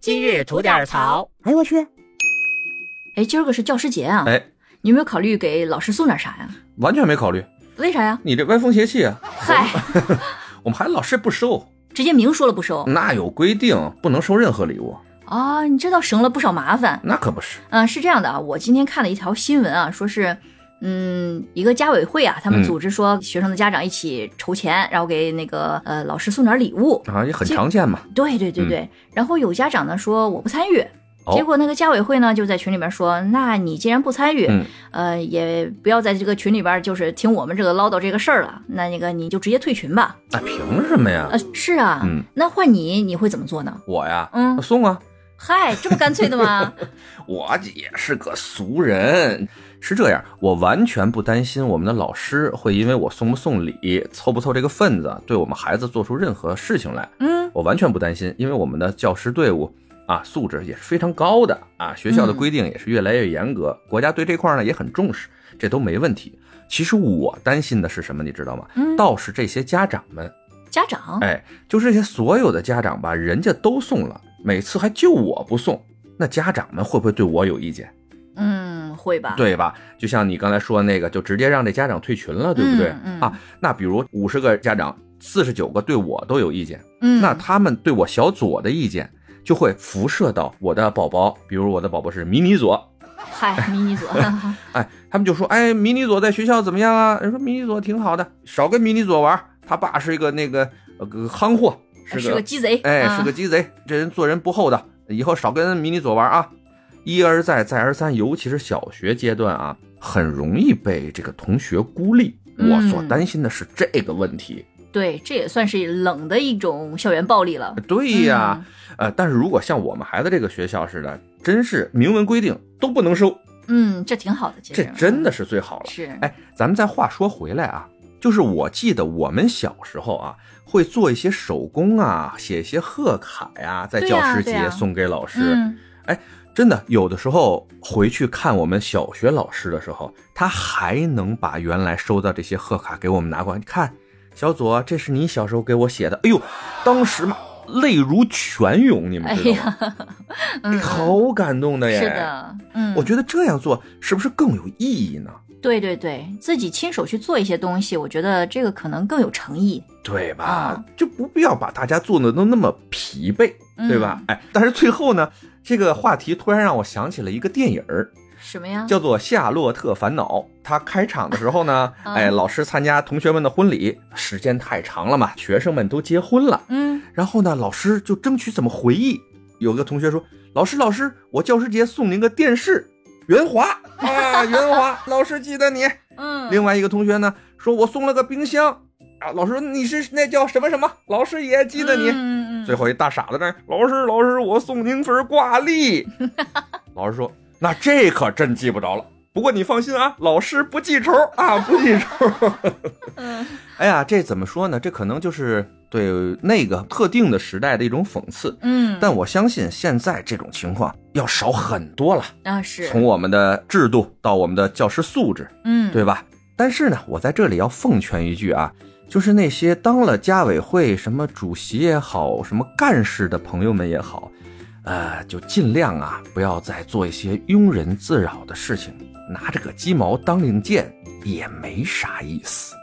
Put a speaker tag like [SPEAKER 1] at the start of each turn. [SPEAKER 1] 今日吐点槽。
[SPEAKER 2] 哎我去，
[SPEAKER 3] 哎，今儿个是教师节啊，
[SPEAKER 4] 哎，
[SPEAKER 3] 你有没有考虑给老师送点啥呀？
[SPEAKER 4] 完全没考虑
[SPEAKER 3] 为啥呀？
[SPEAKER 4] 你这歪风邪气啊！
[SPEAKER 3] 嗨，
[SPEAKER 4] 我们还老师不收，
[SPEAKER 3] 直接明说了不收
[SPEAKER 4] 那有规定不能收任何礼物，
[SPEAKER 3] 啊，你这倒省了不少麻烦。
[SPEAKER 4] 那可不是。
[SPEAKER 3] 嗯、是这样的啊，我今天看了一条新闻啊，说是，嗯，一个家委会啊，他们
[SPEAKER 4] 嗯
[SPEAKER 3] 组织说学生的家长一起筹钱，然后给那个呃老师送点礼物。
[SPEAKER 4] 啊，也很
[SPEAKER 3] 这
[SPEAKER 4] 常见嘛。
[SPEAKER 3] 对对对对，然后有家长呢说我不参与。
[SPEAKER 4] 嗯哦
[SPEAKER 3] 结果那个家委会呢就在群里面说，那你既然不参与，
[SPEAKER 4] 嗯
[SPEAKER 3] 呃，也不要在这个群里边就是听我们这个唠叨这个事儿了，那那个你就直接退群吧。
[SPEAKER 4] 那凭什么呀？
[SPEAKER 3] 呃，是啊，
[SPEAKER 4] 嗯
[SPEAKER 3] 那换你你会怎么做呢？
[SPEAKER 4] 我呀，
[SPEAKER 3] 嗯
[SPEAKER 4] 那送啊，
[SPEAKER 3] 嗨，这么干脆的吗？
[SPEAKER 4] 我也是个俗人。是这样，我完全不担心我们的老师会因为我送不送礼、凑不凑这个份子，对我们孩子做出任何事情来。
[SPEAKER 3] 嗯，
[SPEAKER 4] 我完全不担心，因为我们的教师队伍啊素质也是非常高的啊，学
[SPEAKER 3] 嗯
[SPEAKER 4] 校的规定也是越来越严格，国家对这块儿呢也很重视，这都没问题。其实我担心的是什么，你知道吗？
[SPEAKER 3] 嗯
[SPEAKER 4] 倒是这些家长们，
[SPEAKER 3] 家长，
[SPEAKER 4] 哎，就这些所有的家长吧，人家都送了，每次还就我不送，那家长们会不会对我有意见？
[SPEAKER 3] 嗯，会吧？，
[SPEAKER 4] 对吧？就像你刚才说的那个，就直接让这家长退群了，对不对？
[SPEAKER 3] 嗯嗯
[SPEAKER 4] 啊，那比如五十个家长，四十九个对我都有意见，
[SPEAKER 3] 嗯，
[SPEAKER 4] 那他们对我小左的意见就会辐射到我的宝宝，比如我的宝宝是迷你左，
[SPEAKER 3] 嗨，迷 你组，
[SPEAKER 4] 哎，他们就说，哎，迷你左在学校怎么样啊？人说迷你左挺好的，少跟迷你左玩儿，他爸是一个那个呃个憨货，是
[SPEAKER 3] 是个鸡贼，
[SPEAKER 4] 哎
[SPEAKER 3] 啊
[SPEAKER 4] 是个鸡贼，这人做人不厚道，以后少跟迷你左玩儿啊。一而再，再而三，尤其是小学阶段啊，很容易被这个同学孤立。我所
[SPEAKER 3] 嗯
[SPEAKER 4] 担心的是这个问题。
[SPEAKER 3] 对，这也算是冷的一种校园暴力了。
[SPEAKER 4] 哎对
[SPEAKER 3] 嗯
[SPEAKER 4] 呀，呃，但是如果像我们孩子这个学校似的，真是明文规定都不能收，
[SPEAKER 3] 嗯，这挺好的，其
[SPEAKER 4] 这
[SPEAKER 3] 实
[SPEAKER 4] 真的是最好了。
[SPEAKER 3] 是，
[SPEAKER 4] 哎，咱们再话说回来啊，就是我记得我们小时候啊，会做一些手工啊，写一些贺卡呀、在
[SPEAKER 3] 对
[SPEAKER 4] 教
[SPEAKER 3] 呀
[SPEAKER 4] 师
[SPEAKER 3] 对
[SPEAKER 4] 节
[SPEAKER 3] 呀
[SPEAKER 4] 送给老师。
[SPEAKER 3] 嗯，
[SPEAKER 4] 真的，有的时候回去看我们小学老师的时候，他还能把原来收到这些贺卡给我们拿过来。你看，小左，这是你小时候给我写的。哎呦，当时嘛，泪如泉涌，你们
[SPEAKER 3] 哎
[SPEAKER 4] 知道吗？
[SPEAKER 3] 呀，嗯，
[SPEAKER 4] 哎好感动的耶！
[SPEAKER 3] 是，的，嗯，
[SPEAKER 4] 我觉得这样做是不是更有意义呢？
[SPEAKER 3] 对对对，自己亲手去做一些东西，我觉得这个可能更有诚意。
[SPEAKER 4] 对吧？
[SPEAKER 3] 啊
[SPEAKER 4] 就不必要把大家做的都那么疲惫，
[SPEAKER 3] 嗯
[SPEAKER 4] 对吧？哎，但是最后呢，这个话题突然让我想起了一个电影儿，
[SPEAKER 3] 什么呀？
[SPEAKER 4] 叫做《夏洛特烦恼》。它开场的时候呢，
[SPEAKER 3] 嗯
[SPEAKER 4] 哎，老师参加同学们的婚礼，时间太长了嘛，学生们都结婚了。
[SPEAKER 3] 嗯，
[SPEAKER 4] 然后呢，老师就争取怎么回忆。有个同学说：“老师，老师，我教师节送您个电视，圆滑啊，圆滑，老师记得你。”
[SPEAKER 3] 嗯，
[SPEAKER 4] 另外一个同学呢，说我送了个冰箱啊，老师说你是那叫什么什么，老师也记得你。
[SPEAKER 3] 嗯嗯嗯
[SPEAKER 4] 最后一大傻子呢，老师老师，我送您份 挂历。老师说那这可真记不着了，不过你放心啊，老师不记仇 啊，不记仇。
[SPEAKER 3] 嗯
[SPEAKER 4] 哎呀，这怎么说呢？这可能就是对那个特定的时代的一种讽刺。
[SPEAKER 3] 嗯，
[SPEAKER 4] 但我相信现在这种情况要少很多了，
[SPEAKER 3] 啊是，
[SPEAKER 4] 从我们的制度到我们的教师素质，
[SPEAKER 3] 嗯
[SPEAKER 4] 对吧？但是呢，我在这里要奉劝一句啊，就是那些当了家委会什么主席也好，什么干事的朋友们也好，呃，就尽量啊，不要再做一些庸人自扰的事情，拿着个鸡毛当令箭也没啥意思。